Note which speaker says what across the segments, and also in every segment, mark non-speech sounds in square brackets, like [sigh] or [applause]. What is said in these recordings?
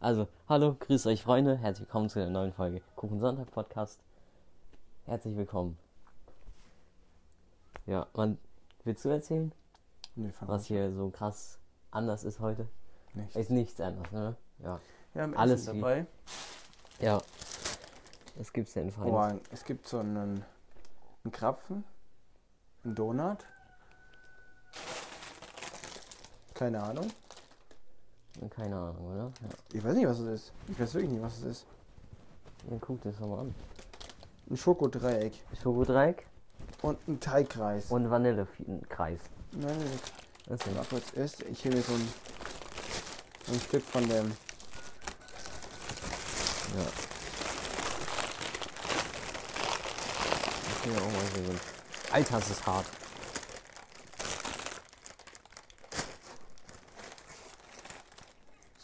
Speaker 1: Also, hallo, grüßt euch Freunde, herzlich willkommen zu der neuen Folge Kuchen Sonntag Podcast. Herzlich willkommen. Ja, man, willst du erzählen,
Speaker 2: Nee, fand
Speaker 1: was hier so krass anders ist heute?
Speaker 2: ich nicht.
Speaker 1: Ist nichts anders, ne? Ja.
Speaker 2: Wir haben
Speaker 1: alles
Speaker 2: alles
Speaker 1: wie-
Speaker 2: dabei.
Speaker 1: Ja. Was gibt's denn Freunde?
Speaker 2: Boah, es gibt so einen, einen Krapfen, einen Donut. Keine Ahnung.
Speaker 1: Keine Ahnung, oder? Ja.
Speaker 2: Ich weiß nicht, was es ist. Ich weiß wirklich nicht, was es ist.
Speaker 1: Dann guckt es nochmal an.
Speaker 2: Ein Schokodreieck
Speaker 1: Schokodreieck
Speaker 2: und ein Teigkreis.
Speaker 1: und Vanillekreis.
Speaker 2: Nein, nein,
Speaker 1: Das ist
Speaker 2: nein.
Speaker 1: ja
Speaker 2: Mal kurz erst. Ich hebe so ein, ein Stück von dem.
Speaker 1: das ist ja auch mal so gut. Alter, es ist hart.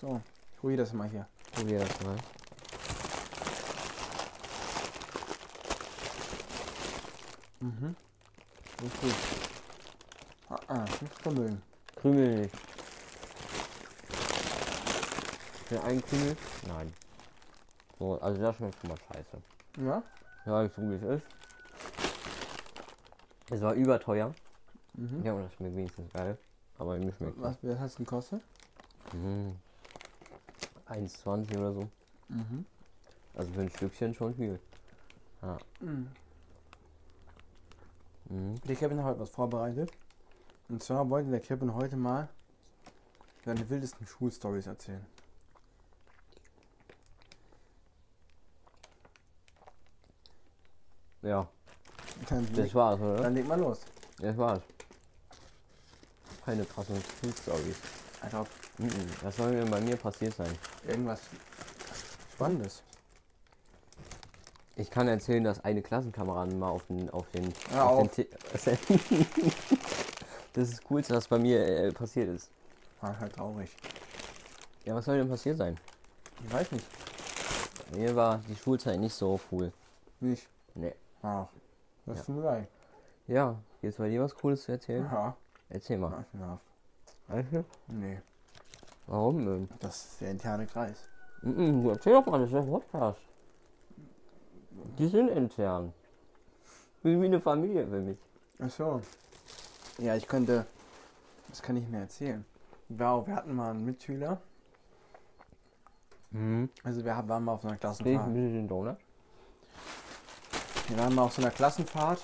Speaker 2: So, ich ruhe das mal hier.
Speaker 1: Probier das mal.
Speaker 2: Mhm. Nicht gut. Ah, ah, nicht vermögen.
Speaker 1: Krümel nicht. Für einen Krümel? Nein. So, also das schmeckt schon mal scheiße.
Speaker 2: Ja?
Speaker 1: Ja, ich so wie es ist. Es war überteuer.
Speaker 2: Mhm.
Speaker 1: Ja, und das schmeckt wenigstens geil. Aber mir schmeckt
Speaker 2: Was, was hat es gekostet?
Speaker 1: Mhm. 1,20 oder so.
Speaker 2: Mhm.
Speaker 1: Also für ein Stückchen schon viel. Ja. Mhm.
Speaker 2: Die Kevin hat heute was vorbereitet. Und zwar wollte der Kevin heute mal seine wildesten Schulstories erzählen.
Speaker 1: Ja,
Speaker 2: Dann,
Speaker 1: das war's, oder?
Speaker 2: dann leg mal los.
Speaker 1: Das war's. Keine krassen Food-Stories.
Speaker 2: Als ob
Speaker 1: Mhm. Das soll denn bei mir passiert sein.
Speaker 2: irgendwas Spannendes.
Speaker 1: Ich kann erzählen, dass eine Klassenkameradin mal auf den auf den,
Speaker 2: Hör
Speaker 1: auf den Ti- [laughs] Das ist cool, was bei mir äh, passiert ist.
Speaker 2: War halt traurig.
Speaker 1: Ja, was soll denn passiert sein?
Speaker 2: Ich weiß nicht.
Speaker 1: Bei Mir war die Schulzeit nicht so cool.
Speaker 2: Nicht.
Speaker 1: Nee.
Speaker 2: Ach. Das tut mir leid.
Speaker 1: Ja, jetzt bei dir was Cooles zu erzählen?
Speaker 2: Ja.
Speaker 1: Erzähl mal.
Speaker 2: Affenhaft.
Speaker 1: Weißt du?
Speaker 2: Nee.
Speaker 1: Warum denn?
Speaker 2: Das ist der interne Kreis.
Speaker 1: Mhm, du erzähl doch mal, das ist ein Podcast. Die sind intern. Wie wie eine Familie für mich.
Speaker 2: Ach so. Ja, ich könnte. Das kann ich mir erzählen. Wow, wir hatten mal einen Mitschüler.
Speaker 1: Mhm.
Speaker 2: Also wir haben- waren mal auf einer
Speaker 1: Will ich
Speaker 2: Klassenfahrt.
Speaker 1: ein bisschen ne? den Donut?
Speaker 2: Wir waren mal auf so einer Klassenfahrt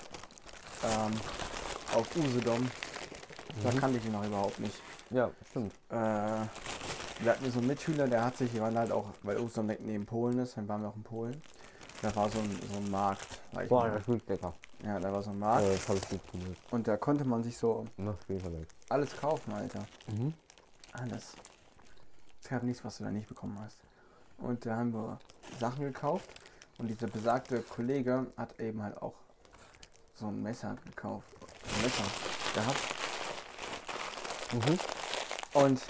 Speaker 2: ähm, auf Usedom. Da kannte ich ihn noch überhaupt nicht.
Speaker 1: Ja, stimmt.
Speaker 2: Äh, wir hatten so einen Mitschüler, der hat sich, wir waren halt auch, weil Usedom direkt neben Polen ist, dann waren wir auch in Polen. Da war so ein, so ein Markt. sag ich
Speaker 1: Boah,
Speaker 2: mal.
Speaker 1: das schmeckt lecker.
Speaker 2: ja, da war so ein
Speaker 1: Ah.
Speaker 2: Markt
Speaker 1: Das habe ich gut probiert.
Speaker 2: und da konnte man sich so
Speaker 1: Mach später weg.
Speaker 2: alles kaufen, Alter.
Speaker 1: Mhm.
Speaker 2: Alles. Es gab nichts, was du da nicht bekommen hast. Und da haben wir Sachen gekauft und dieser besagte Kollege hat eben halt auch so ein Messer gekauft. Ein Messer gehabt.
Speaker 1: Mhm.
Speaker 2: Und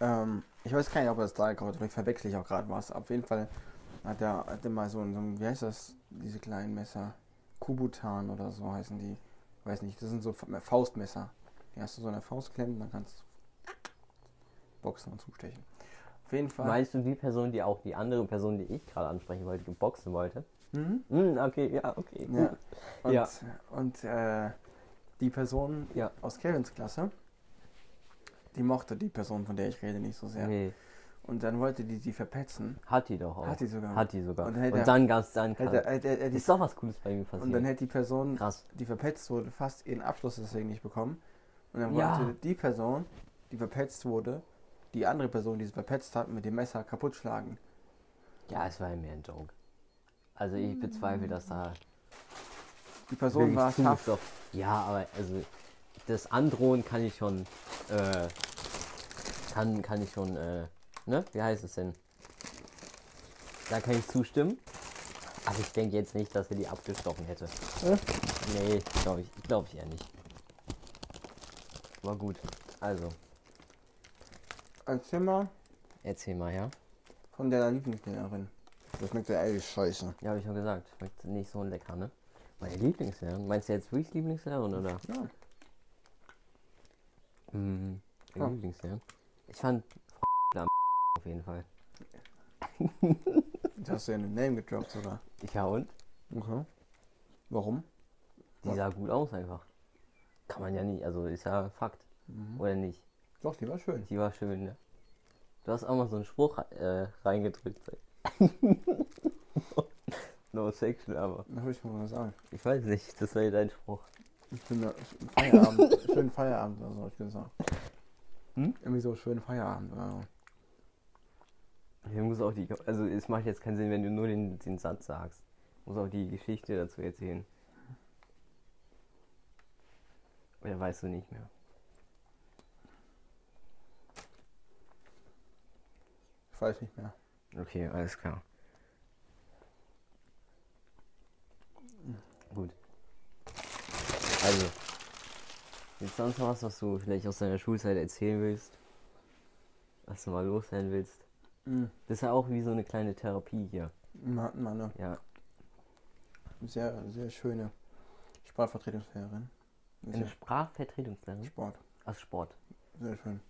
Speaker 2: ähm, ich weiß gar nicht, ob er das da gekauft hat, vielleicht verwechsel ich auch gerade was. Auf jeden Fall hat er, hat er mal so ein, so ein, wie heißt das, diese kleinen Messer? Kubutan oder so heißen die. Weiß nicht, das sind so Fa- Faustmesser. Die hast du so in der Faust klemmen, dann kannst du boxen und zustechen. Auf jeden Fall.
Speaker 1: Meinst du die Person, die auch die andere Person, die ich gerade ansprechen wollte, geboxen wollte?
Speaker 2: Mhm.
Speaker 1: Hm, okay, ja, okay.
Speaker 2: Ja. Und,
Speaker 1: Ja.
Speaker 2: und äh, die Person
Speaker 1: Ja.
Speaker 2: aus Kevins Klasse, die mochte die Person, von der ich rede, nicht so sehr.
Speaker 1: Nee,
Speaker 2: Und dann wollte die die verpetzen.
Speaker 1: hat die doch auch.
Speaker 2: Hat die sogar.
Speaker 1: Hat die sogar.
Speaker 2: Und
Speaker 1: Und,
Speaker 2: hätte er-
Speaker 1: dann gab es dann.
Speaker 2: Hätte, äh, hätte, hätte,
Speaker 1: ist doch was Cooles bei mir passiert.
Speaker 2: Und dann hätte die Person,
Speaker 1: Krass.
Speaker 2: die verpetzt wurde, fast ihren Abschluss deswegen nicht bekommen. Und dann
Speaker 1: Ja.
Speaker 2: wollte die Person, die verpetzt wurde, die andere Person, die sie verpetzt hat, mit dem Messer kaputt schlagen.
Speaker 1: ja, es war ja mehr ein Joke. Also ich bezweifle, dass da.
Speaker 2: Die Person war
Speaker 1: wirklich
Speaker 2: scharf.
Speaker 1: Zugriff- Ja, aber also das Androhen kann ich schon. Äh, kann, kann ich schon. Äh, ne? Wie heißt es denn? Da kann ich zustimmen. Aber ich denke jetzt nicht, dass er die abgestochen hätte. Nee, glaube ich, glaube ich eher nicht. War gut. Also,
Speaker 2: Ein Zimmer
Speaker 1: erzähl mal, ja?
Speaker 2: von der Lieblingslehrerin. Das schmeckt ja eigentlich scheiße.
Speaker 1: Ja, habe ich schon gesagt. Schmeckt nicht so lecker, ne? Meine Lieblingslehrerin. Meinst du jetzt wirklich Lieblingslehrerin oder?
Speaker 2: Ja.
Speaker 1: Mhm.
Speaker 2: Ja.
Speaker 1: Lieblingslehrerin. Ich fand am auf jeden Fall.
Speaker 2: Jetzt hast du ja einen Name gedroppt sogar.
Speaker 1: Ja und?
Speaker 2: Okay. Warum?
Speaker 1: Die sah gut aus einfach. Kann man ja nicht, also ist ja Fakt. Oder nicht?
Speaker 2: Doch, die war schön.
Speaker 1: Die war schön, ne? Du hast auch mal so einen Spruch äh, reingedrückt. [laughs] no sexual, aber.
Speaker 2: Das würde ich mal sagen.
Speaker 1: Ich weiß nicht, das war ja dein Spruch.
Speaker 2: Schöner [laughs] Feierabend, schönen Feierabend oder so, hab ich gesagt.
Speaker 1: Hm?
Speaker 2: Irgendwie so schönen Feierabend oder so.
Speaker 1: Hier muss auch die, also es macht jetzt keinen Sinn, wenn du nur den, den Satz sagst. Muss auch die Geschichte dazu erzählen. Oder weißt du nicht mehr?
Speaker 2: Ich weiß nicht mehr.
Speaker 1: Okay, alles klar. Gut. Also, jetzt sonst noch was, was du vielleicht aus deiner Schulzeit erzählen willst? Was du mal loswerden willst?
Speaker 2: Mhm.
Speaker 1: Das ist ja auch wie so eine kleine Therapie hier.
Speaker 2: Wir hatten mal eine
Speaker 1: Ja,
Speaker 2: sehr, sehr schöne Sportvertretungslehrerin.
Speaker 1: eine
Speaker 2: Sehr
Speaker 1: Sprachvertretungslehrerin
Speaker 2: Sport.
Speaker 1: aus Sport.
Speaker 2: Sehr schön.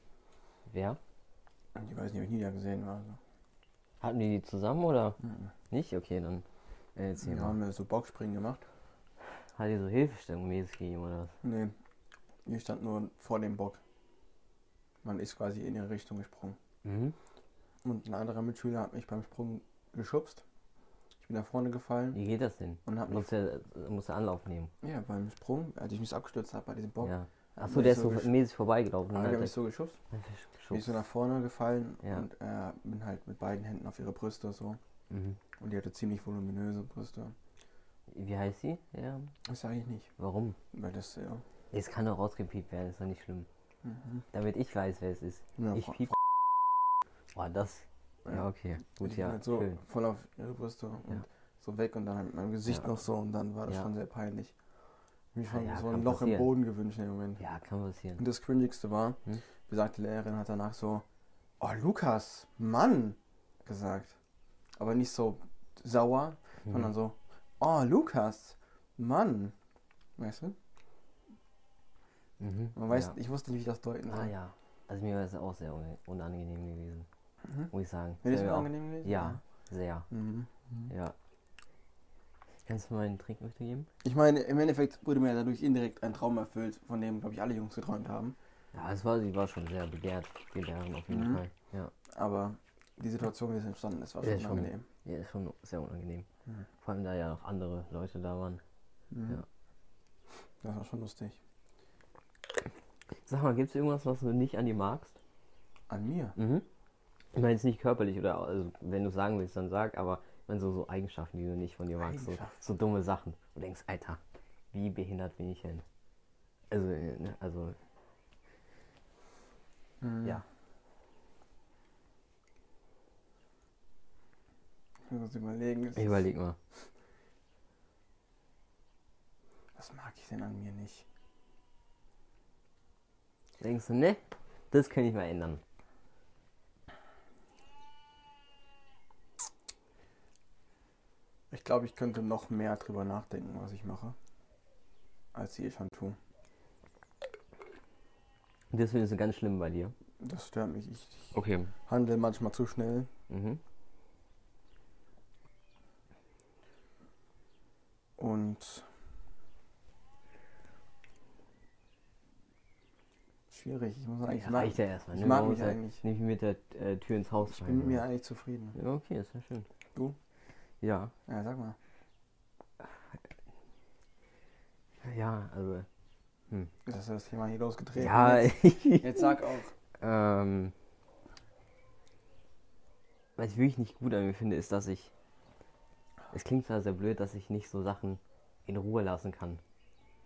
Speaker 1: Wer?
Speaker 2: Ich weiß nicht, ob ich nie da gesehen war. Also.
Speaker 1: Hatten wir die zusammen oder
Speaker 2: Mhm.
Speaker 1: nicht? Okay, dann äh, erzähl
Speaker 2: Da
Speaker 1: mal.
Speaker 2: haben wir so Boxspringen gemacht.
Speaker 1: Hat dir so Hilfestellung mäßig gegeben oder was?
Speaker 2: Nee, ich stand nur vor dem Bock. Man ist quasi in ihre Richtung gesprungen.
Speaker 1: Mhm.
Speaker 2: Und ein anderer Mitschüler hat mich beim Sprung geschubst. Ich bin nach vorne gefallen
Speaker 1: Wie geht das denn?
Speaker 2: und habe mich.
Speaker 1: Muss der, muss der Anlauf nehmen.
Speaker 2: Ja, beim Sprung, als ich mich abgestürzt habe bei diesem Bock,
Speaker 1: Ja.
Speaker 2: hat
Speaker 1: Achso,
Speaker 2: mich
Speaker 1: der ist so
Speaker 2: gesch-
Speaker 1: mäßig vorbeigelaufen.
Speaker 2: Ah,
Speaker 1: und
Speaker 2: der
Speaker 1: hat
Speaker 2: hat mich so geschubst.
Speaker 1: dich
Speaker 2: Bin ich so
Speaker 1: geschubst.
Speaker 2: nach vorne gefallen
Speaker 1: Ja.
Speaker 2: und äh, bin halt mit beiden Händen auf ihre Brüste so.
Speaker 1: Mhm.
Speaker 2: Und die hatte ziemlich voluminöse Brüste.
Speaker 1: Wie heißt sie? Ja.
Speaker 2: Das sage ich nicht,
Speaker 1: Warum?
Speaker 2: weil das ja.
Speaker 1: Es kann doch rausgepiept werden, ist doch nicht schlimm.
Speaker 2: Mhm.
Speaker 1: Damit ich weiß, wer es ist.
Speaker 2: ja
Speaker 1: ich
Speaker 2: Frau-
Speaker 1: piep. Boah, das. Ja,
Speaker 2: Ja.
Speaker 1: okay. Gut,
Speaker 2: ich bin
Speaker 1: ja.
Speaker 2: Halt so
Speaker 1: Schön.
Speaker 2: voll auf ihre Brüste und so weg und dann halt mit meinem Gesicht
Speaker 1: Ja.
Speaker 2: noch so und dann war das
Speaker 1: Ja.
Speaker 2: schon sehr peinlich. Mich
Speaker 1: Ah,
Speaker 2: schon
Speaker 1: ja,
Speaker 2: so ein
Speaker 1: kann
Speaker 2: Loch im
Speaker 1: passieren.
Speaker 2: Boden gewünscht im Moment.
Speaker 1: Ja, kann passieren.
Speaker 2: Und das Cringigste war,
Speaker 1: Hm?
Speaker 2: besagte Lehrerin hat danach so, oh Lukas, Mann, gesagt. Aber nicht so sauer,
Speaker 1: Mhm.
Speaker 2: sondern so, oh Lukas, Mann. Weißt du?
Speaker 1: Mhm.
Speaker 2: Man weiß,
Speaker 1: ja.
Speaker 2: ich wusste nicht, wie ich das deuten soll.
Speaker 1: Ah ja. Also mir war es auch sehr un- unangenehm gewesen.
Speaker 2: Mhm.
Speaker 1: Muss ich sagen.
Speaker 2: Wäre das
Speaker 1: Sehr auch-
Speaker 2: unangenehm gewesen?
Speaker 1: Ja, sehr.
Speaker 2: Mhm.
Speaker 1: Ja. Kannst du mir einen Trink mitgeben?
Speaker 2: Ich meine, im Endeffekt wurde mir dadurch indirekt ein Traum erfüllt, von dem, glaube ich, alle Jungs geträumt haben.
Speaker 1: Ja, es war, sie war schon sehr begehrt, die Lehrerin auf jeden
Speaker 2: Mhm.
Speaker 1: Fall. Ja.
Speaker 2: Aber die Situation, wie es entstanden ist, war
Speaker 1: Ja,
Speaker 2: schon
Speaker 1: schon.
Speaker 2: unangenehm.
Speaker 1: ja, ist schon sehr unangenehm.
Speaker 2: Mhm.
Speaker 1: Vor allem, da ja noch andere Leute da waren.
Speaker 2: Mhm.
Speaker 1: Ja.
Speaker 2: Das war schon lustig.
Speaker 1: Sag mal, gibt es irgendwas, was du nicht an dir magst?
Speaker 2: An mir?
Speaker 1: Mhm. Ich meine, jetzt nicht körperlich oder also, wenn du sagen willst, dann sag, aber ich meine, so, so Eigenschaften, die du nicht von dir magst. So,
Speaker 2: Eigenschaften?
Speaker 1: so dumme Sachen. Du denkst, Alter, wie behindert bin ich denn? Also, äh, ne, also
Speaker 2: Mhm.
Speaker 1: Ja.
Speaker 2: Ich muss überlegen. es
Speaker 1: ich
Speaker 2: ist-
Speaker 1: überleg mal.
Speaker 2: Was mag ich denn an mir nicht?
Speaker 1: Denkst du, ne? Das kann ich mal ändern.
Speaker 2: Ich glaube, ich könnte noch mehr drüber nachdenken, was ich mache, als ich eh schon tue.
Speaker 1: Und Das findest du ganz schlimm bei dir.
Speaker 2: Das stört mich. Ich, ich
Speaker 1: Okay.
Speaker 2: handle manchmal zu schnell.
Speaker 1: Mhm.
Speaker 2: Und schwierig, ich muss sagen, ich
Speaker 1: Ja,
Speaker 2: mag,
Speaker 1: reicht ja erstmal.
Speaker 2: ich
Speaker 1: ne?
Speaker 2: mag
Speaker 1: Man
Speaker 2: mich
Speaker 1: muss ja
Speaker 2: eigentlich.
Speaker 1: Nicht mit der äh, Tür ins Haus
Speaker 2: ich bin mit
Speaker 1: fallen,
Speaker 2: mir
Speaker 1: oder?
Speaker 2: eigentlich zufrieden.
Speaker 1: Ja, okay, ist ja schön.
Speaker 2: Du?
Speaker 1: Ja.
Speaker 2: Ja, sag mal.
Speaker 1: Ja, also.
Speaker 2: Das ist das Thema hier losgetreten.
Speaker 1: Ja, [laughs]
Speaker 2: Jetzt, jetzt sag auch.
Speaker 1: ähm. Was ich wirklich nicht gut an mir finde, ist, dass ich. Es klingt zwar sehr blöd, dass ich nicht so Sachen in Ruhe lassen kann.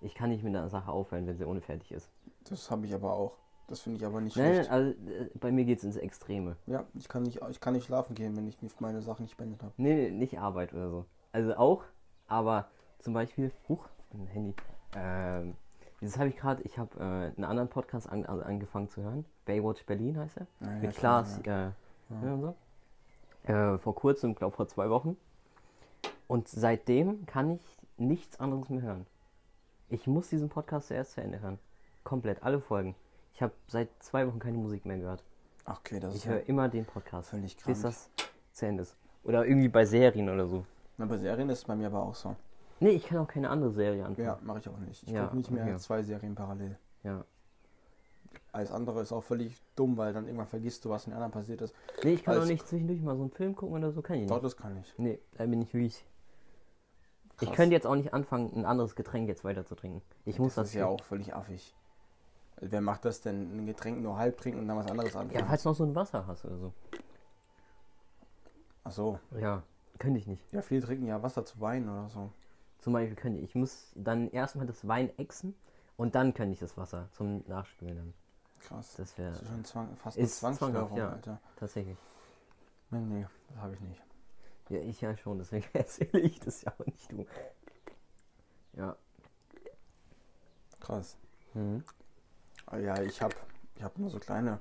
Speaker 1: Ich kann nicht mit einer Sache aufhören, wenn sie unfertig ist.
Speaker 2: Das habe ich aber auch. Das finde ich aber nicht
Speaker 1: Nein,
Speaker 2: schlecht.
Speaker 1: nein, also äh, bei mir geht es ins Extreme.
Speaker 2: Ja, ich kann, nicht, ich kann nicht schlafen gehen, wenn ich nicht- meine Sachen nicht beendet habe.
Speaker 1: Nee, nee, nicht Arbeit oder so. Also auch, aber zum Beispiel, huch, ein Handy. Ähm, das habe ich gerade, ich habe äh, einen anderen Podcast an, also angefangen zu hören. Baywatch Berlin heißt er.
Speaker 2: Ah, Ja, ja,
Speaker 1: Mit
Speaker 2: schon,
Speaker 1: Klaas.
Speaker 2: ja.
Speaker 1: Äh, ne, und so. äh, vor kurzem, glaube vor zwei Wochen. Und seitdem kann ich nichts anderes mehr hören. Ich muss diesen Podcast zuerst zu Ende hören. Komplett, alle Folgen. Ich habe seit zwei Wochen keine Musik mehr gehört.
Speaker 2: Ach, Okay, das
Speaker 1: Ich
Speaker 2: ist ja
Speaker 1: höre immer den Podcast.
Speaker 2: völlig
Speaker 1: Bis
Speaker 2: krank.
Speaker 1: das zu Ende ist. Oder irgendwie bei Serien oder so.
Speaker 2: Na, bei Serien ist es bei mir aber auch so.
Speaker 1: Nee, ich kann auch keine andere Serie anfangen.
Speaker 2: Ja, mache ich auch nicht. Ich
Speaker 1: Ja,
Speaker 2: gucke nicht mehr
Speaker 1: okay.
Speaker 2: zwei Serien parallel.
Speaker 1: Ja.
Speaker 2: Alles andere ist auch völlig dumm, weil dann irgendwann vergisst du, was in den anderen passiert ist.
Speaker 1: Nee, ich kann auch
Speaker 2: Als-
Speaker 1: nicht zwischendurch mal so einen Film gucken oder so, kann ich
Speaker 2: Dort
Speaker 1: nicht.
Speaker 2: das kann ich.
Speaker 1: Nee, da bin ich wirklich. Ich
Speaker 2: Krass.
Speaker 1: könnte jetzt auch nicht anfangen, ein anderes Getränk jetzt weiter zu trinken. Ich muss
Speaker 2: Das
Speaker 1: das,
Speaker 2: ist ja auch völlig affig. Wer macht das denn? Ein Getränk nur halb trinken und dann was anderes
Speaker 1: Ja,
Speaker 2: anfangen?
Speaker 1: falls du noch so ein Wasser hast oder so.
Speaker 2: Ach so.
Speaker 1: Ja, könnte ich nicht.
Speaker 2: Ja, viele trinken ja Wasser zu Wein oder so.
Speaker 1: Zum Beispiel könnte ich. Ich muss dann erstmal das Wein exen und dann könnte ich das Wasser zum Nachspülen dann.
Speaker 2: Krass.
Speaker 1: Das wäre
Speaker 2: Das ist schon Zwang, fast
Speaker 1: Ist
Speaker 2: eine Zwangsstörung,
Speaker 1: zwanghaft, ja.
Speaker 2: Alter.
Speaker 1: tatsächlich.
Speaker 2: Nee, nee, das habe ich nicht.
Speaker 1: Ja, ich ja schon, deswegen [laughs] erzähle ich das ja auch nicht du. Ja.
Speaker 2: Krass.
Speaker 1: Mhm.
Speaker 2: Ah Ja, ich habe ich hab nur so kleine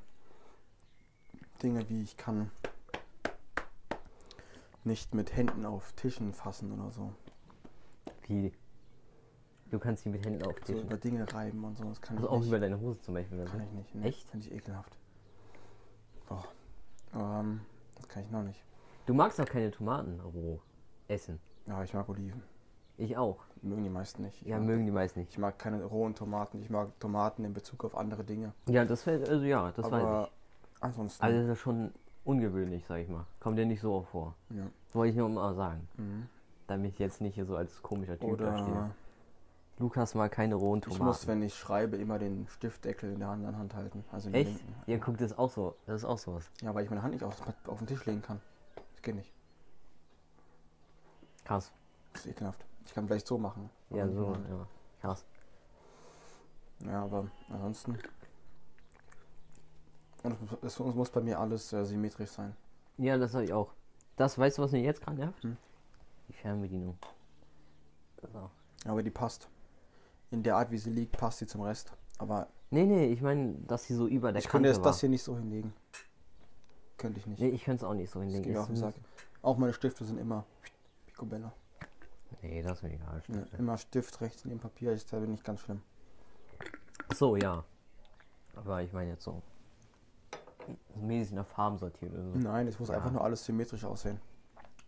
Speaker 2: Dinge, wie ich kann nicht mit Händen auf Tischen fassen oder so.
Speaker 1: Wie? Du kannst sie mit Händen
Speaker 2: So
Speaker 1: auftischen.
Speaker 2: über Dinge reiben und so. Das kann
Speaker 1: also
Speaker 2: ich
Speaker 1: auch
Speaker 2: nicht.
Speaker 1: über deine Hose zum Beispiel. oder
Speaker 2: Kann
Speaker 1: so.
Speaker 2: ich nicht.
Speaker 1: Echt?
Speaker 2: Finde ich ekelhaft. Boah. Ähm, das kann ich noch nicht.
Speaker 1: Du magst auch keine Tomaten roh essen.
Speaker 2: Ja, ich mag Oliven.
Speaker 1: Ich auch.
Speaker 2: Mögen die meisten nicht. Ich,
Speaker 1: Ja,
Speaker 2: mag,
Speaker 1: mögen die meisten nicht.
Speaker 2: ich mag keine rohen Tomaten. Ich mag Tomaten in Bezug auf andere Dinge.
Speaker 1: Ja, das fällt, also ja, das weiß
Speaker 2: Aber
Speaker 1: ich.
Speaker 2: ansonsten.
Speaker 1: Also das ist schon ungewöhnlich, sag ich mal. Kommt dir nicht so oft vor.
Speaker 2: ja.
Speaker 1: Wollte ich nur mal sagen.
Speaker 2: Mhm.
Speaker 1: Damit ich jetzt nicht hier so als komischer Typ dastehe.
Speaker 2: Oder
Speaker 1: Lukas mag keine rohen
Speaker 2: ich
Speaker 1: Tomaten.
Speaker 2: muss, wenn ich schreibe, immer den Stiftdeckel in der anderen Hand halten. Also in der
Speaker 1: Echt?
Speaker 2: linken.
Speaker 1: Ihr guckt das auch so. Das ist auch sowas.
Speaker 2: Ja, weil ich meine Hand nicht auf, auf den Tisch legen kann. Das geht nicht.
Speaker 1: Krass.
Speaker 2: Das ist ekelhaft. Ich kann vielleicht so machen.
Speaker 1: Ja,
Speaker 2: Aber-
Speaker 1: so, ja. Krass.
Speaker 2: Ja, aber ansonsten. Und es, muss- es muss bei mir alles äh, symmetrisch sein.
Speaker 1: Ja, das habe ich auch. Das, weißt du, was mich jetzt gerade nervt?
Speaker 2: Hm.
Speaker 1: Die Fernbedienung. Das auch.
Speaker 2: Aber die passt. In der Art, wie sie liegt, passt sie zum Rest. Aber
Speaker 1: Nee, nee, ich meine, dass sie so über der
Speaker 2: ich
Speaker 1: Kante
Speaker 2: könnte jetzt
Speaker 1: war.
Speaker 2: das hier nicht so hinlegen. Könnte ich nicht.
Speaker 1: nee, ich könnte es auch nicht so
Speaker 2: das
Speaker 1: hinlegen.
Speaker 2: geht mir auf den
Speaker 1: Ist-
Speaker 2: Sack. Auch meine Stifte sind immer Picobello.
Speaker 1: Nee, das ist mir egal.
Speaker 2: Ja, immer Stift rechts neben Papier. Ich, da bin ich ganz schlimm.
Speaker 1: Ach So, ja. Aber ich meine jetzt so. so mäßig nach Farben sortiert oder so.
Speaker 2: Nein, es muss
Speaker 1: Ja.
Speaker 2: einfach nur alles symmetrisch aussehen.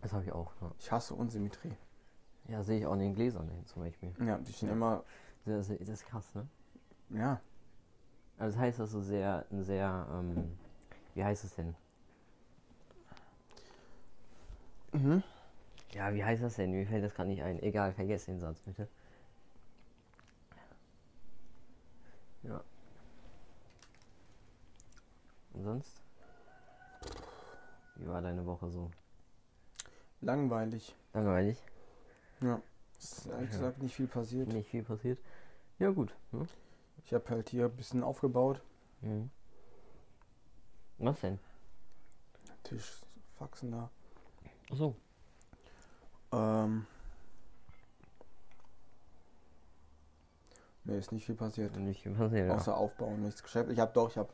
Speaker 1: Das habe ich auch. Ja,
Speaker 2: Ich hasse Unsymmetrie.
Speaker 1: ja sehe ich auch in den Gläsern hin zum Beispiel.
Speaker 2: Ja, die sind immer.
Speaker 1: Das, das ist krass, ne?
Speaker 2: Ja,
Speaker 1: Also das heißt, dass du sehr, ein sehr, ähm, wie heißt es denn?
Speaker 2: Mhm.
Speaker 1: Ja, wie heißt das denn? Mir fällt das gerade nicht ein. Egal, vergesst den Satz bitte. Ja. Und sonst? Wie war deine Woche so?
Speaker 2: langweilig.
Speaker 1: Langweilig?
Speaker 2: Ja. Es ist ehrlich
Speaker 1: Ja.
Speaker 2: gesagt nicht viel passiert.
Speaker 1: Nicht viel passiert? Ja, gut. Ne?
Speaker 2: Ich habe halt hier ein bisschen aufgebaut.
Speaker 1: Mhm. Was denn?
Speaker 2: Tisch, Faxen da.
Speaker 1: Achso.
Speaker 2: Ähm. Nee, ist nicht viel passiert.
Speaker 1: Nicht viel passiert. Ja.
Speaker 2: Außer Aufbauen, nichts geschäft. Ich habe doch, ich habe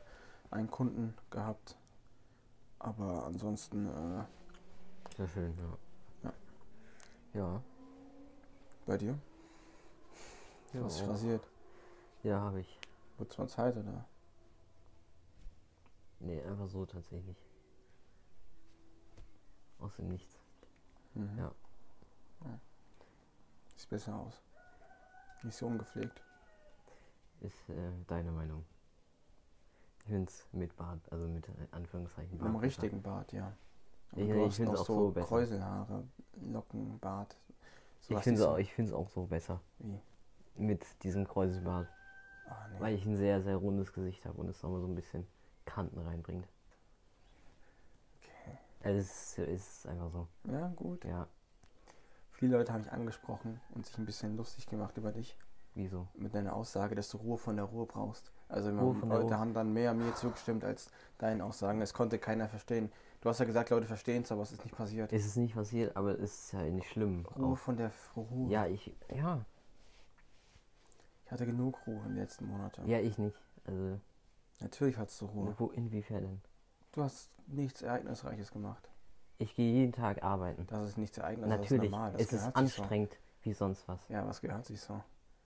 Speaker 2: einen Kunden gehabt. Aber ansonsten, äh,
Speaker 1: Sehr schön, ja.
Speaker 2: Ja.
Speaker 1: Ja.
Speaker 2: bei dir?
Speaker 1: Ja,
Speaker 2: Was ist
Speaker 1: auch.
Speaker 2: rasiert?
Speaker 1: ja habe ich.
Speaker 2: Wird's mal Zeit, oder?
Speaker 1: Nee, einfach so tatsächlich. Aus dem Nichts.
Speaker 2: Mhm.
Speaker 1: Ja.
Speaker 2: Ja. Sieht besser aus. Nicht so ungepflegt.
Speaker 1: Ist äh, deine Meinung. Ich finde es mit Bart, also mit äh, Anführungszeichen
Speaker 2: Mit einem
Speaker 1: Bart besser.
Speaker 2: richtigen Bart, ja. Aber
Speaker 1: Ich-
Speaker 2: du
Speaker 1: ich
Speaker 2: hast
Speaker 1: find's
Speaker 2: noch
Speaker 1: auch
Speaker 2: so,
Speaker 1: so besser.
Speaker 2: Kräuselhaare, Locken, Bart.
Speaker 1: Ich
Speaker 2: was
Speaker 1: finde es
Speaker 2: ist-
Speaker 1: auch, ich find's auch so besser.
Speaker 2: Wie?
Speaker 1: Mit diesem Kreuzbart.
Speaker 2: Ah, nee.
Speaker 1: Weil ich ein sehr, sehr rundes Gesicht habe und es nochmal so ein bisschen Kanten reinbringt.
Speaker 2: Okay.
Speaker 1: Also es ist, es ist einfach so.
Speaker 2: Ja, gut.
Speaker 1: Ja,
Speaker 2: Viele Leute haben mich angesprochen und sich ein bisschen lustig gemacht über dich.
Speaker 1: wieso?
Speaker 2: Mit deiner Aussage, dass du Ruhe von der Ruhe brauchst. Also
Speaker 1: Ruhe von der
Speaker 2: Leute
Speaker 1: Ruhe.
Speaker 2: haben dann mehr mir zugestimmt als deinen Aussagen. Es konnte keiner verstehen. Du hast ja gesagt, Leute verstehen es, aber es ist nicht passiert.
Speaker 1: Es ist nicht passiert, aber es ist ja nicht schlimm.
Speaker 2: Ruhe
Speaker 1: Auch.
Speaker 2: von der Ruhe.
Speaker 1: Ja, ich. Ja.
Speaker 2: Ich hatte genug Ruhe in den letzten Monaten.
Speaker 1: Ja, ich nicht. Also,
Speaker 2: Natürlich hattest du Ruhe.
Speaker 1: wo, inwiefern denn?
Speaker 2: Du hast nichts Ereignisreiches gemacht.
Speaker 1: Ich gehe jeden Tag arbeiten.
Speaker 2: Das ist nichts Ereignisreiches.
Speaker 1: Natürlich.
Speaker 2: Das ist normal. Das
Speaker 1: es ist
Speaker 2: gehört sich
Speaker 1: anstrengend wie sonst was.
Speaker 2: So. Ja, was gehört sich so?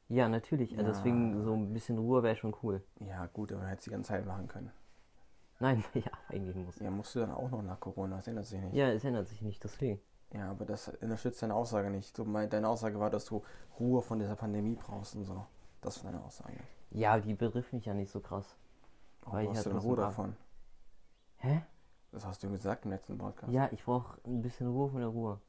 Speaker 1: Ja, natürlich. Also
Speaker 2: Ja.
Speaker 1: deswegen so ein bisschen Ruhe wäre schon cool.
Speaker 2: Ja, gut, aber man hätte es die ganze Zeit machen können.
Speaker 1: Nein, [laughs] ja, eingeben muss.
Speaker 2: Ja, musst du dann auch noch nach Corona, das ändert sich nicht.
Speaker 1: Ja, es ändert sich nicht, deswegen.
Speaker 2: Ja, aber das unterstützt deine Aussage nicht. Du mein, deine Aussage war, dass du Ruhe von dieser Pandemie brauchst und so. Das war deine Aussage.
Speaker 1: Ja, die berifft mich ja nicht so krass.
Speaker 2: Aber
Speaker 1: Weil ich
Speaker 2: du hast
Speaker 1: halt
Speaker 2: denn
Speaker 1: was
Speaker 2: Ruhe
Speaker 1: im Ab-
Speaker 2: davon?
Speaker 1: Hä?
Speaker 2: Das hast du gesagt im letzten Podcast.
Speaker 1: Ja, ich brauche ein bisschen Ruhe von der Ruhe.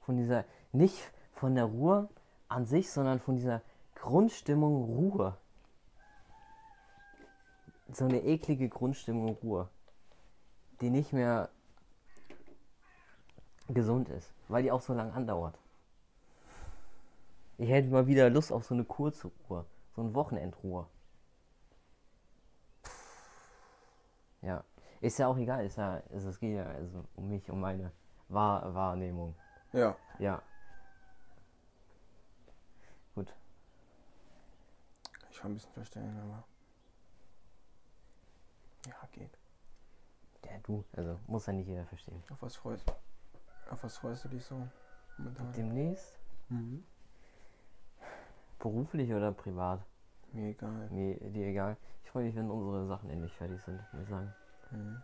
Speaker 1: Von dieser, nicht von der Ruhe an sich, sondern von dieser Grundstimmung Ruhe. So eine eklige Grundstimmung Ruhe, die nicht mehr gesund ist, weil die auch so lange andauert. Ich hätte mal wieder Lust auf so eine kurze Ruhe, so eine Wochenendruhe. Ja. Ist ja auch egal, ist ja, ist, es geht ja also um mich, um meine Wahr Wahrnehmung.
Speaker 2: ja.
Speaker 1: Ja. Gut.
Speaker 2: Kann ich schon ein bisschen verstehen, aber. Ja, geht.
Speaker 1: Ja, du, also muss ja nicht jeder verstehen.
Speaker 2: Auf was freust, auf was freust du dich so? Momentan?
Speaker 1: Demnächst?
Speaker 2: Mhm.
Speaker 1: Beruflich oder privat?
Speaker 2: Mir egal.
Speaker 1: Mir dir egal. Ich freue mich, wenn unsere Sachen endlich fertig sind, muss ich sagen.
Speaker 2: Mhm.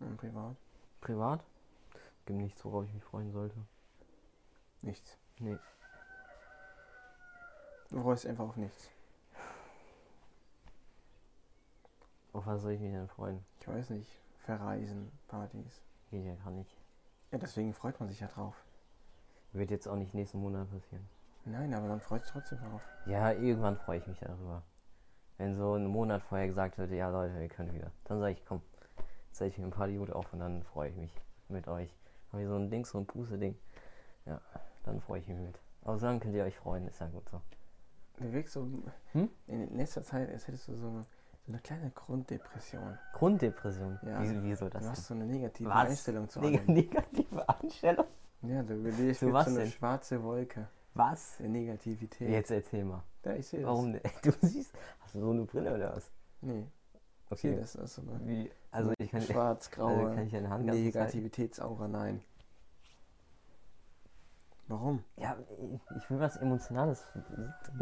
Speaker 2: Und privat?
Speaker 1: Privat? Gibt nichts, worauf ich mich freuen sollte.
Speaker 2: Nichts.
Speaker 1: Nee.
Speaker 2: Du freust einfach auf nichts.
Speaker 1: Auf was soll ich mich denn freuen?
Speaker 2: Ich weiß nicht. Verreisen, Partys.
Speaker 1: Geht ja gar nicht.
Speaker 2: Ja, deswegen freut man sich ja drauf.
Speaker 1: Wird jetzt auch nicht nächsten Monat passieren.
Speaker 2: Nein, aber man freut sich trotzdem drauf.
Speaker 1: Ja, irgendwann freue ich mich darüber. Wenn so einen Monat vorher gesagt wird, ja Leute, wir können wieder. Dann sage ich, komm, zeige ich mir ein paar Jute auf und dann freue ich mich mit euch. Haben wir so ein Ding, so ein Puste-Ding. Ja, dann freue ich mich mit. Aber dann könnt ihr euch freuen, ist ja gut so.
Speaker 2: Du wirkst so
Speaker 1: Hm?
Speaker 2: in letzter Zeit, als hättest du so eine, so eine kleine Grunddepression.
Speaker 1: Grunddepression.
Speaker 2: Ja.
Speaker 1: Wieso, wieso
Speaker 2: du
Speaker 1: das?
Speaker 2: hast so eine negative
Speaker 1: Was?
Speaker 2: Einstellung zu
Speaker 1: Neg
Speaker 2: allem.
Speaker 1: negative Anstellung?
Speaker 2: Ja, du
Speaker 1: [laughs]
Speaker 2: überlegst
Speaker 1: Zu
Speaker 2: so
Speaker 1: was
Speaker 2: so eine
Speaker 1: denn?
Speaker 2: schwarze Wolke
Speaker 1: Was?
Speaker 2: der Negativität.
Speaker 1: Jetzt erzähl mal.
Speaker 2: Ja, ich sehe das.
Speaker 1: Warum? denn? [laughs] Du siehst, hast du so eine Brille oder was?
Speaker 2: Nee, ich sehe
Speaker 1: Okay.
Speaker 2: das. Also eine
Speaker 1: Wie? Also ich kann, also
Speaker 2: schwarz-graue
Speaker 1: kann ich deine Hand ganz kurz halten?
Speaker 2: Negativitätsaura, nein. Warum?
Speaker 1: Ja, ich will was Emotionales.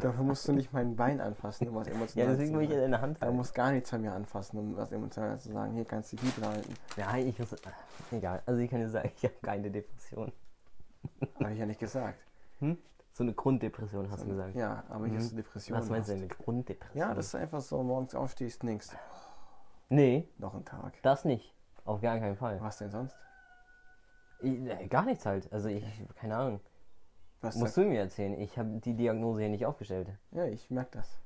Speaker 2: Dafür musst du nicht mein Bein anfassen, um was Emotionales
Speaker 1: Ja, deswegen
Speaker 2: zu
Speaker 1: will ich ja
Speaker 2: sagen.
Speaker 1: deine Hand halt.
Speaker 2: Du
Speaker 1: halten.
Speaker 2: musst gar nichts von mir anfassen, um was Emotionales zu sagen. Hier kannst du die Bibel halten.
Speaker 1: Nein, ich muss. Egal. Also ich kann dir sagen, [laughs] ich habe keine Depression.
Speaker 2: Habe ich ja nicht gesagt.
Speaker 1: So eine Grunddepression hast du gesagt.
Speaker 2: Ja, aber ich
Speaker 1: Mhm.
Speaker 2: hast du Depressionen.
Speaker 1: Was meinst du
Speaker 2: hast.
Speaker 1: denn mit Grunddepression?
Speaker 2: Ja, das ist einfach so, morgens aufstehst, nix.
Speaker 1: Nee,
Speaker 2: Noch ein Tag.
Speaker 1: das nicht. Auf gar keinen Fall.
Speaker 2: Was denn sonst?
Speaker 1: Ich, äh, gar nichts halt. Also ich, keine Ahnung.
Speaker 2: Was
Speaker 1: Musst du mir erzählen. Ich habe die Diagnose hier nicht aufgestellt.
Speaker 2: Ja, ich merke das.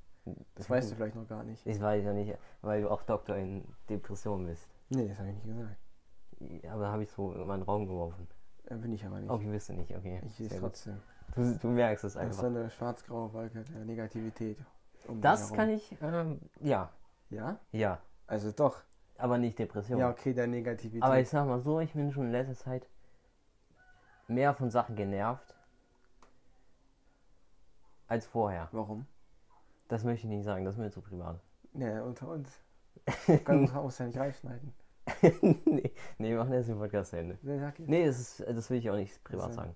Speaker 2: Das weißt
Speaker 1: Mhm.
Speaker 2: du vielleicht noch gar nicht.
Speaker 1: Ich weiß ja nicht, weil du auch Doktor in Depression bist.
Speaker 2: Nee, das habe ich nicht gesagt.
Speaker 1: Aber habe ich so in meinen Raum geworfen.
Speaker 2: Äh, bin ich aber nicht.
Speaker 1: Okay, bist du nicht, okay.
Speaker 2: Ich sehe es
Speaker 1: Sehr gut.
Speaker 2: trotzdem.
Speaker 1: Du, du merkst es
Speaker 2: Das ist so
Speaker 1: einfach.
Speaker 2: eine schwarz-graue Wolke der Negativität. Um dich
Speaker 1: Das
Speaker 2: herum.
Speaker 1: kann ich, ähm, ja,
Speaker 2: Ja?
Speaker 1: ja.
Speaker 2: Also doch.
Speaker 1: Aber nicht Depression.
Speaker 2: Ja, okay, der Negativität.
Speaker 1: Aber ich sag mal so, ich bin schon in letzter Zeit mehr von Sachen genervt als vorher.
Speaker 2: Warum?
Speaker 1: Das möchte ich nicht sagen, das ist mir zu privat. [laughs]
Speaker 2: Ja, unter uns. Wir können uns auch ja nicht reinschneiden.
Speaker 1: nee, nee, wir machen erst den Podcast zu Ende.
Speaker 2: Nee, sag ich.
Speaker 1: Nee, das, ist, das will ich auch nicht privat
Speaker 2: Also-
Speaker 1: sagen.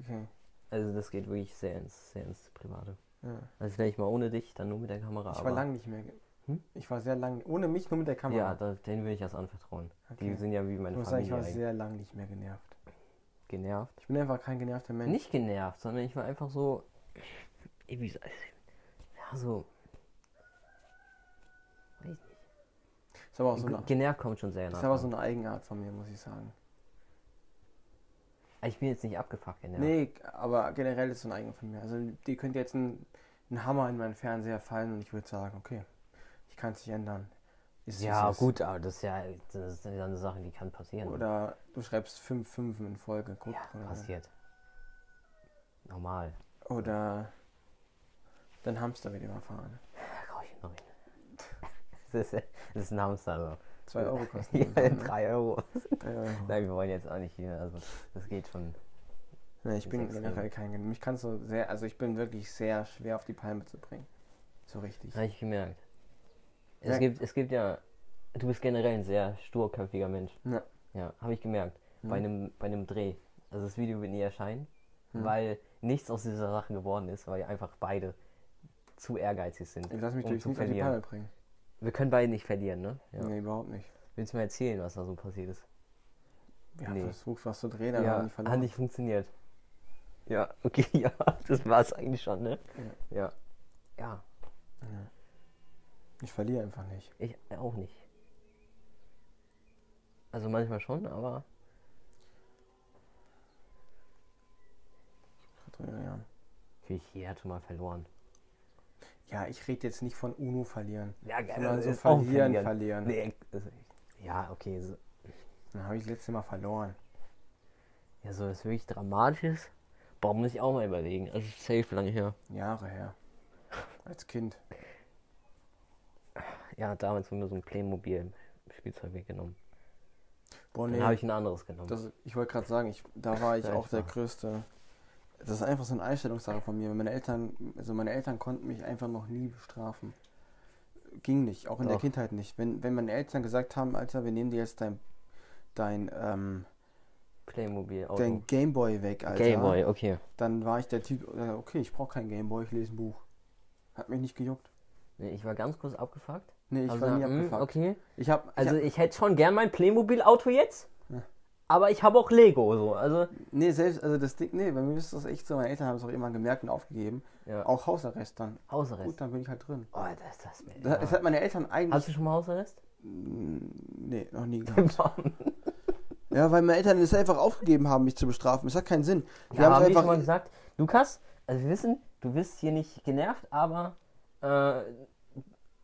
Speaker 2: Okay.
Speaker 1: Also das geht wirklich sehr ins, sehr ins Private.
Speaker 2: Ja.
Speaker 1: Also vielleicht mal ohne dich, dann nur mit der Kamera.
Speaker 2: Ich
Speaker 1: aber-
Speaker 2: war lang nicht mehr. ge-
Speaker 1: Hm?
Speaker 2: Ich war sehr lang. Ohne mich, nur mit der Kamera.
Speaker 1: Ja, da, denen will ich das anvertrauen. Die
Speaker 2: Okay.
Speaker 1: sind ja wie
Speaker 2: ich
Speaker 1: meine
Speaker 2: muss sagen, ich
Speaker 1: Familie
Speaker 2: war
Speaker 1: eigentlich.
Speaker 2: sehr lang nicht mehr genervt.
Speaker 1: genervt.
Speaker 2: Ich bin einfach kein genervter Mensch.
Speaker 1: Nicht genervt, sondern ich war einfach so. Irgendwie so- Ja, so. Weiß nicht.
Speaker 2: Ist aber auch so eine,
Speaker 1: Genervt kommt schon sehr nah.
Speaker 2: ist aber
Speaker 1: dran.
Speaker 2: so eine Eigenart von mir, muss ich sagen.
Speaker 1: ich bin jetzt nicht abgefuckt ne? genervt.
Speaker 2: Nee, aber generell ist so eine Eigenart von mir. Also, die könnte jetzt einen Hammer in meinen Fernseher fallen und ich würde sagen, okay, ich kann es nicht ändern. Ist, wie
Speaker 1: ja,
Speaker 2: es ist.
Speaker 1: gut, aber das ist ja, das ist ja eine Sache, die kann passieren.
Speaker 2: Oder du schreibst fünf Fünfen in Folge. Guck,
Speaker 1: ja,
Speaker 2: oder,
Speaker 1: passiert. Normal.
Speaker 2: oder dein Hamster wird überfahren.
Speaker 1: Da kaufe ich noch hin. [laughs] Das ist, das ist ein Hamster, also.
Speaker 2: Zwei Euro [laughs] kosten die.
Speaker 1: Ja, drei Euro.
Speaker 2: Drei [laughs] Euro.
Speaker 1: Nein, wir wollen jetzt auch nicht hier, also, das geht schon.
Speaker 2: Nee, ich
Speaker 1: Ist
Speaker 2: bin
Speaker 1: extrem.
Speaker 2: generell kein Gen- Mich kannst du sehr, also ich bin wirklich sehr schwer auf die Palme zu bringen. So richtig.
Speaker 1: Habe ich gemerkt. Es,
Speaker 2: Ja.
Speaker 1: gibt, es gibt ja. Du bist generell ein sehr sturköpfiger Mensch.
Speaker 2: Ja. Mhm.
Speaker 1: Ja, habe ich gemerkt. Bei, einem, bei einem Dreh. Also das Video wird nie erscheinen,
Speaker 2: Hm.
Speaker 1: weil nichts aus dieser Sache geworden ist, weil ihr einfach beide zu ehrgeizig sind.
Speaker 2: Ich lasse mich
Speaker 1: um
Speaker 2: durch
Speaker 1: zu
Speaker 2: nicht auf die
Speaker 1: verlieren.
Speaker 2: Palle bringen.
Speaker 1: Wir können beide nicht verlieren, ne? Ja.
Speaker 2: Nee, überhaupt nicht.
Speaker 1: Willst du mir erzählen, was da so passiert ist?
Speaker 2: Wir haben
Speaker 1: Nee.
Speaker 2: versucht, was zu drehen, aber
Speaker 1: ja,
Speaker 2: haben nicht verloren.
Speaker 1: hat nicht funktioniert. Ja, okay, [laughs] ja, das war es eigentlich schon, ne? Ja. Ja,
Speaker 2: Ich verliere einfach nicht.
Speaker 1: ich auch nicht. Also manchmal schon, aber
Speaker 2: Ja,
Speaker 1: wie ich jeder hat schon mal verloren.
Speaker 2: ja ich rede jetzt nicht von UNO verlieren.
Speaker 1: Ja,
Speaker 2: Sondern so
Speaker 1: ist auch
Speaker 2: verlieren, verlieren.
Speaker 1: Nee, also, ja, okay. So,
Speaker 2: Dann habe ich letztes Mal verloren.
Speaker 1: ja, so das wirklich Dramatisches. Boah, muss ich auch mal überlegen. Also safe lange her.
Speaker 2: Jahre her. Als Kind.
Speaker 1: Ja, damals wurde mir so ein Playmobil-Spielzeug genommen.
Speaker 2: Boah,
Speaker 1: Dann habe ich ein anderes genommen.
Speaker 2: Das, ich wollte gerade sagen, ich, da war ich
Speaker 1: Ja,
Speaker 2: auch
Speaker 1: ich
Speaker 2: der
Speaker 1: war-
Speaker 2: größte. Das ist einfach so eine Einstellungssache von mir. Meine Eltern, also meine Eltern konnten mich einfach noch nie bestrafen. Ging nicht, auch in der
Speaker 1: Doch.
Speaker 2: Kindheit nicht. Wenn, wenn meine Eltern gesagt haben, Alter, wir nehmen dir jetzt dein, dein, ähm,
Speaker 1: Playmobil-Auto.
Speaker 2: dein Gameboy weg, Alter,
Speaker 1: Gameboy, okay.
Speaker 2: dann war ich der Typ, äh, okay, ich brauche kein Gameboy, ich lese ein Buch. Hat mich nicht gejuckt.
Speaker 1: Nee, ich war ganz kurz abgefuckt.
Speaker 2: Nee, ich
Speaker 1: Hab
Speaker 2: war nie
Speaker 1: gesagt, "Hm,
Speaker 2: abgefuckt.
Speaker 1: Okay.
Speaker 2: Ich habe
Speaker 1: Also
Speaker 2: also,
Speaker 1: ich hätte schon gern mein Playmobil-Auto jetzt, aber ich habe auch Lego so. Also
Speaker 2: nee, selbst, also das Ding, nee, bei mir ist das echt so, meine Eltern haben es auch immer gemerkt und aufgegeben.
Speaker 1: ja,
Speaker 2: Auch Hausarrest dann. Gut,
Speaker 1: Hausarrest.
Speaker 2: dann bin ich halt drin.
Speaker 1: Oh, Alter, ist das mir.
Speaker 2: Das hat meine Eltern eigentlich.
Speaker 1: Hast du schon mal Hausarrest?
Speaker 2: nee, noch nie gehabt. ja, weil meine Eltern es einfach aufgegeben haben, mich zu bestrafen. Es hat keinen Sinn. Die
Speaker 1: Ja,
Speaker 2: haben
Speaker 1: haben
Speaker 2: es
Speaker 1: wir schon mal
Speaker 2: einfach.
Speaker 1: gesagt, Lukas, also wir wissen, du bist hier nicht genervt, aber äh, du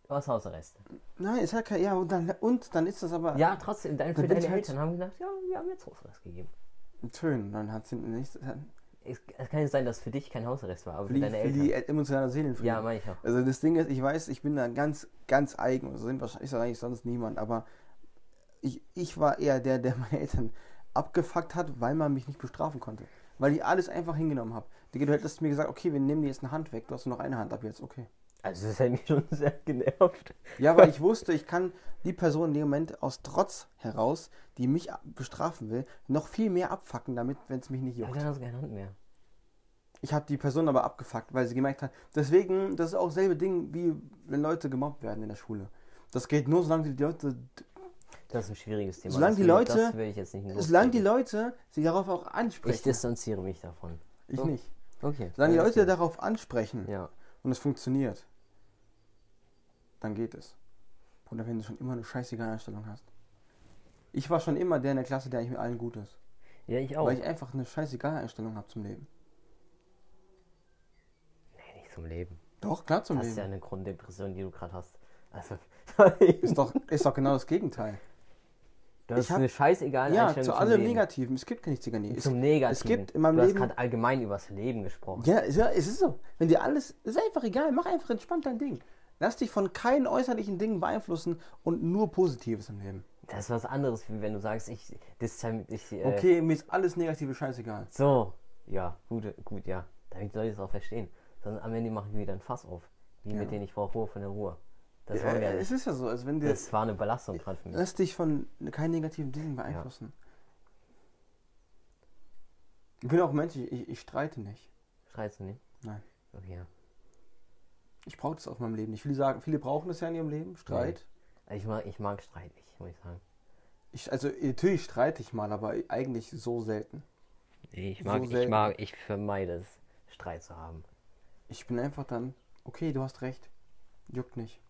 Speaker 1: hast Hausarrest.
Speaker 2: Nein, es hat kein. Ja, und dann, und dann ist das aber.
Speaker 1: Ja, trotzdem, dein, für
Speaker 2: bin
Speaker 1: deine
Speaker 2: ich halt-
Speaker 1: Eltern haben gedacht, ja, wir haben jetzt Hausarrest gegeben.
Speaker 2: Tönen. Dann hat es hinten nichts. hat-
Speaker 1: Es, es kann jetzt sein, dass für dich kein Hausarrest war, aber für
Speaker 2: Verlie-
Speaker 1: deine Eltern.
Speaker 2: verlie- emotionaler Seelenfrieden.
Speaker 1: Ja, meine ich auch.
Speaker 2: Also das Ding ist, ich weiß, ich bin da ganz, ganz eigen. So sind wahrscheinlich ist da eigentlich sonst niemand, aber ich, ich war eher der, der meine Eltern abgefuckt hat, weil man mich nicht bestrafen konnte. Weil ich alles einfach hingenommen habe. Du hättest mir gesagt, okay, wir nehmen dir jetzt eine Hand weg, du hast nur noch eine Hand ab jetzt, okay.
Speaker 1: Also das hat mich schon sehr genervt.
Speaker 2: Ja, weil ich wusste, ich kann die Person in dem Moment aus Trotz heraus, die mich ab- bestrafen will, noch viel mehr abfacken damit, wenn es mich nicht
Speaker 1: Aber
Speaker 2: juckt.
Speaker 1: dann hast du keine Hand mehr.
Speaker 2: Ich habe die Person aber abgefuckt, weil sie gemerkt hat, deswegen, das ist auch selbe Ding, wie wenn Leute gemobbt werden in der Schule. Das geht nur, solange die Leute,
Speaker 1: Das ist ein schwieriges Thema.
Speaker 2: Solange
Speaker 1: das
Speaker 2: die
Speaker 1: will-
Speaker 2: Leute-
Speaker 1: Das will ich jetzt nicht in den Mund
Speaker 2: solange die
Speaker 1: legen.
Speaker 2: Leute sie darauf auch
Speaker 1: Ich
Speaker 2: ansprechen.
Speaker 1: distanziere mich davon.
Speaker 2: Ich, nicht.
Speaker 1: Okay.
Speaker 2: Solange die
Speaker 1: Ja,
Speaker 2: Leute
Speaker 1: okay.
Speaker 2: darauf ansprechen
Speaker 1: Ja.
Speaker 2: und es funktioniert, dann geht es. Oder wenn du schon immer eine scheißige Einstellung hast. Ich war schon immer der in der Klasse, der eigentlich mit allen gut ist.
Speaker 1: Ja, ich auch.
Speaker 2: Weil ich einfach eine scheißegal Einstellung habe zum Leben.
Speaker 1: nee, nicht zum Leben.
Speaker 2: Doch, klar zum
Speaker 1: Das ist ja
Speaker 2: Leben.
Speaker 1: eine Grunddepression, die du gerade hast.
Speaker 2: [laughs]
Speaker 1: Also,
Speaker 2: Ist doch, ist doch genau das Gegenteil.
Speaker 1: das ist
Speaker 2: hab-
Speaker 1: [laughs] eine scheißegal
Speaker 2: Ja,
Speaker 1: Einstellung
Speaker 2: zu
Speaker 1: zum
Speaker 2: allem
Speaker 1: Leben.
Speaker 2: Negativen. Es gibt nichts Negatives.
Speaker 1: Zum Negativen.
Speaker 2: Es gibt in meinem
Speaker 1: du
Speaker 2: Leben-
Speaker 1: hast gerade allgemein übers Leben gesprochen.
Speaker 2: Ja, ist ja, es ist so. Wenn dir alles, ist einfach egal. Mach einfach entspannt dein Ding. Lass dich von keinen äußerlichen Dingen beeinflussen und nur Positives im Leben.
Speaker 1: Das ist was anderes, wie wenn du sagst, ich distan- ich, äh,
Speaker 2: Okay, mir ist alles Negative scheißegal.
Speaker 1: So, ja, gut, gut, ja. Damit soll ich es auch verstehen. Sonst am Ende machen wir wieder ein Fass auf. Wie mit denen ich brauche Ruhe von der Ruhe. Das wollen wir
Speaker 2: Äh,
Speaker 1: nicht.
Speaker 2: es ist ja so, also wenn dir.
Speaker 1: Das war eine Belastung gerade für mich.
Speaker 2: Lass dich von keinen negativen Dingen beeinflussen. Ich bin auch Mensch, ich, ich streite nicht.
Speaker 1: Schreitst du nicht?
Speaker 2: Nein.
Speaker 1: Okay, ja.
Speaker 2: Ich brauche das auf meinem Leben nicht. Viele sagen, viele brauchen das ja in ihrem Leben, Streit.
Speaker 1: Also Ich mag, ich mag Streit nicht, muss ich sagen.
Speaker 2: Ich, also natürlich streite ich mal, aber eigentlich so selten.
Speaker 1: Nee, ich
Speaker 2: So
Speaker 1: mag, ich
Speaker 2: selten.
Speaker 1: mag, ich vermeide es, Streit zu haben.
Speaker 2: Ich bin einfach dann, okay, du hast recht. Juckt nicht.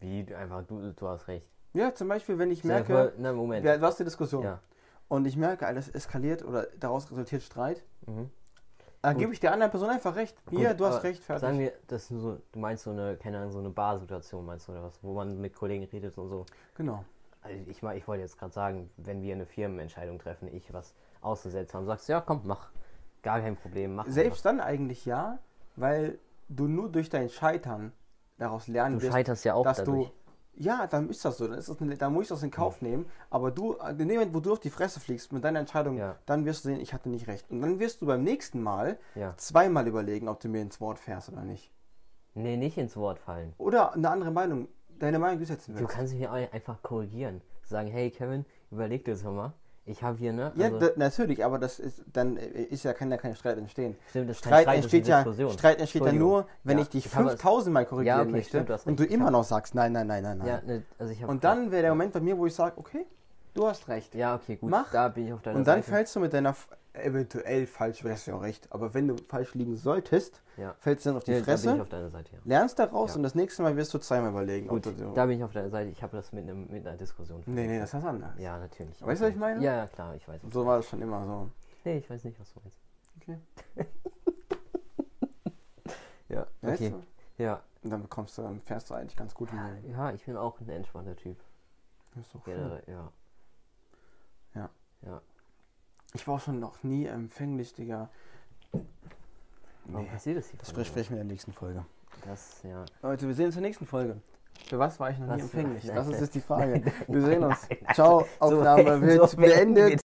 Speaker 1: Wie du einfach, du, du hast recht.
Speaker 2: Ja, zum Beispiel, wenn ich
Speaker 1: Stell dir
Speaker 2: merke,
Speaker 1: vor- na, Moment.
Speaker 2: wir- was die Diskussion.
Speaker 1: äh, Ja.
Speaker 2: Und ich merke, alles eskaliert oder daraus resultiert Streit. Dann gebe ich der anderen Person einfach recht. Hier,
Speaker 1: Mhm. Gut,
Speaker 2: du hast
Speaker 1: aber
Speaker 2: recht, fertig.
Speaker 1: Sagen wir, das ist nur so, du meinst so eine, keine Ahnung, so eine Barsituation, meinst du, oder was, wo man mit Kollegen redet und so.
Speaker 2: genau.
Speaker 1: Also ich, mag- ich wollte jetzt gerade sagen, wenn wir eine Firmenentscheidung treffen, ich was auszusetzen habe, sagst du, ja komm, mach. Gar kein Problem, mach.
Speaker 2: Selbst dann eigentlich ja, weil du nur durch dein Scheitern daraus lernen
Speaker 1: Du
Speaker 2: wirst,
Speaker 1: scheiterst ja auch
Speaker 2: dass
Speaker 1: dadurch.
Speaker 2: du ja, dann ist das so, dann, ist das eine, dann muss ich das in Kauf nehmen, aber du, in dem Moment, wo du auf die Fresse fliegst mit deiner Entscheidung,
Speaker 1: Ja.
Speaker 2: dann wirst du sehen, ich hatte nicht recht. Und dann wirst du beim nächsten Mal
Speaker 1: Ja.
Speaker 2: zweimal überlegen, ob du mir ins Wort fährst oder nicht.
Speaker 1: Nee, nicht ins Wort fallen.
Speaker 2: Oder eine andere Meinung, deine Meinung durchsetzen
Speaker 1: Du
Speaker 2: willst.
Speaker 1: kannst mich auch einfach korrigieren. Sagen, hey Kevin, überleg dir das nochmal. Ich habe hier, ne?
Speaker 2: Ja,
Speaker 1: also-
Speaker 2: da, natürlich, aber das ist, dann äh, ist ja, kann ja kein Streit entstehen.
Speaker 1: Stimmt, das ist kein
Speaker 2: Streit,
Speaker 1: Streit, das ist
Speaker 2: entsteht
Speaker 1: eine
Speaker 2: ja,
Speaker 1: Diskussion.
Speaker 2: Streit entsteht ja
Speaker 1: Entschuldigung.
Speaker 2: nur, wenn
Speaker 1: Ja,
Speaker 2: ich dich
Speaker 1: ich habe es-
Speaker 2: 5000 Mal korrigieren
Speaker 1: Ja, okay,
Speaker 2: möchte
Speaker 1: stimmt, du hast
Speaker 2: und du
Speaker 1: recht. Ich
Speaker 2: immer
Speaker 1: hab-
Speaker 2: noch sagst, nein, nein, nein, nein, nein.
Speaker 1: Ja, ne, also ich habe.
Speaker 2: und dann wäre der Moment bei mir, wo ich sage, okay, du hast recht.
Speaker 1: Ja, okay, gut.
Speaker 2: Mach.
Speaker 1: Da bin ich auf deiner
Speaker 2: und dann
Speaker 1: Seite.
Speaker 2: fällst du mit deiner f- eventuell falsch, wärst du ja auch recht, aber wenn du falsch liegen solltest,
Speaker 1: Ja.
Speaker 2: fällst du dann auf die
Speaker 1: Ja, Da bin ich
Speaker 2: Fresse,
Speaker 1: auf deiner Seite, ja.
Speaker 2: lernst daraus
Speaker 1: Ja.
Speaker 2: und das nächste Mal wirst du zweimal überlegen. ob
Speaker 1: Gut,
Speaker 2: du so-
Speaker 1: da bin ich auf deiner Seite. Ich habe das mit, einem- mit einer Diskussion.
Speaker 2: nee, nee, das ist was anderes.
Speaker 1: Ja, natürlich.
Speaker 2: Weißt du, was ich meine?
Speaker 1: Ja, ja, klar, ich weiß. es.
Speaker 2: So war das schon immer so.
Speaker 1: Nee, ich weiß nicht, was du meinst.
Speaker 2: Okay.
Speaker 1: Ja,
Speaker 2: Weißt
Speaker 1: okay.
Speaker 2: du?
Speaker 1: Ja.
Speaker 2: Und dann bekommst du, dann fährst du eigentlich ganz gut in den
Speaker 1: ja, ich bin auch ein entspannter Typ.
Speaker 2: Hm. Ist doch schön.
Speaker 1: Generell, ja.
Speaker 2: Ja.
Speaker 1: Ja.
Speaker 2: Ich war schon noch nie empfänglich, Digga.
Speaker 1: Warum
Speaker 2: Nee.
Speaker 1: passiert das hier?
Speaker 2: Das
Speaker 1: von
Speaker 2: sprich-
Speaker 1: mir?
Speaker 2: sprechen wir in der nächsten Folge.
Speaker 1: Das, ja.
Speaker 2: Leute, wir sehen uns in der nächsten Folge. Für was war ich noch nie
Speaker 1: Was- [laughs]
Speaker 2: empfänglich?
Speaker 1: Nein,
Speaker 2: Das ist
Speaker 1: nein.
Speaker 2: jetzt die Frage. Wir sehen uns.
Speaker 1: Nein, nein.
Speaker 2: Ciao,
Speaker 1: So [laughs]
Speaker 2: Aufnahme
Speaker 1: beenden-
Speaker 2: wird
Speaker 1: so beenden wir
Speaker 2: beendet.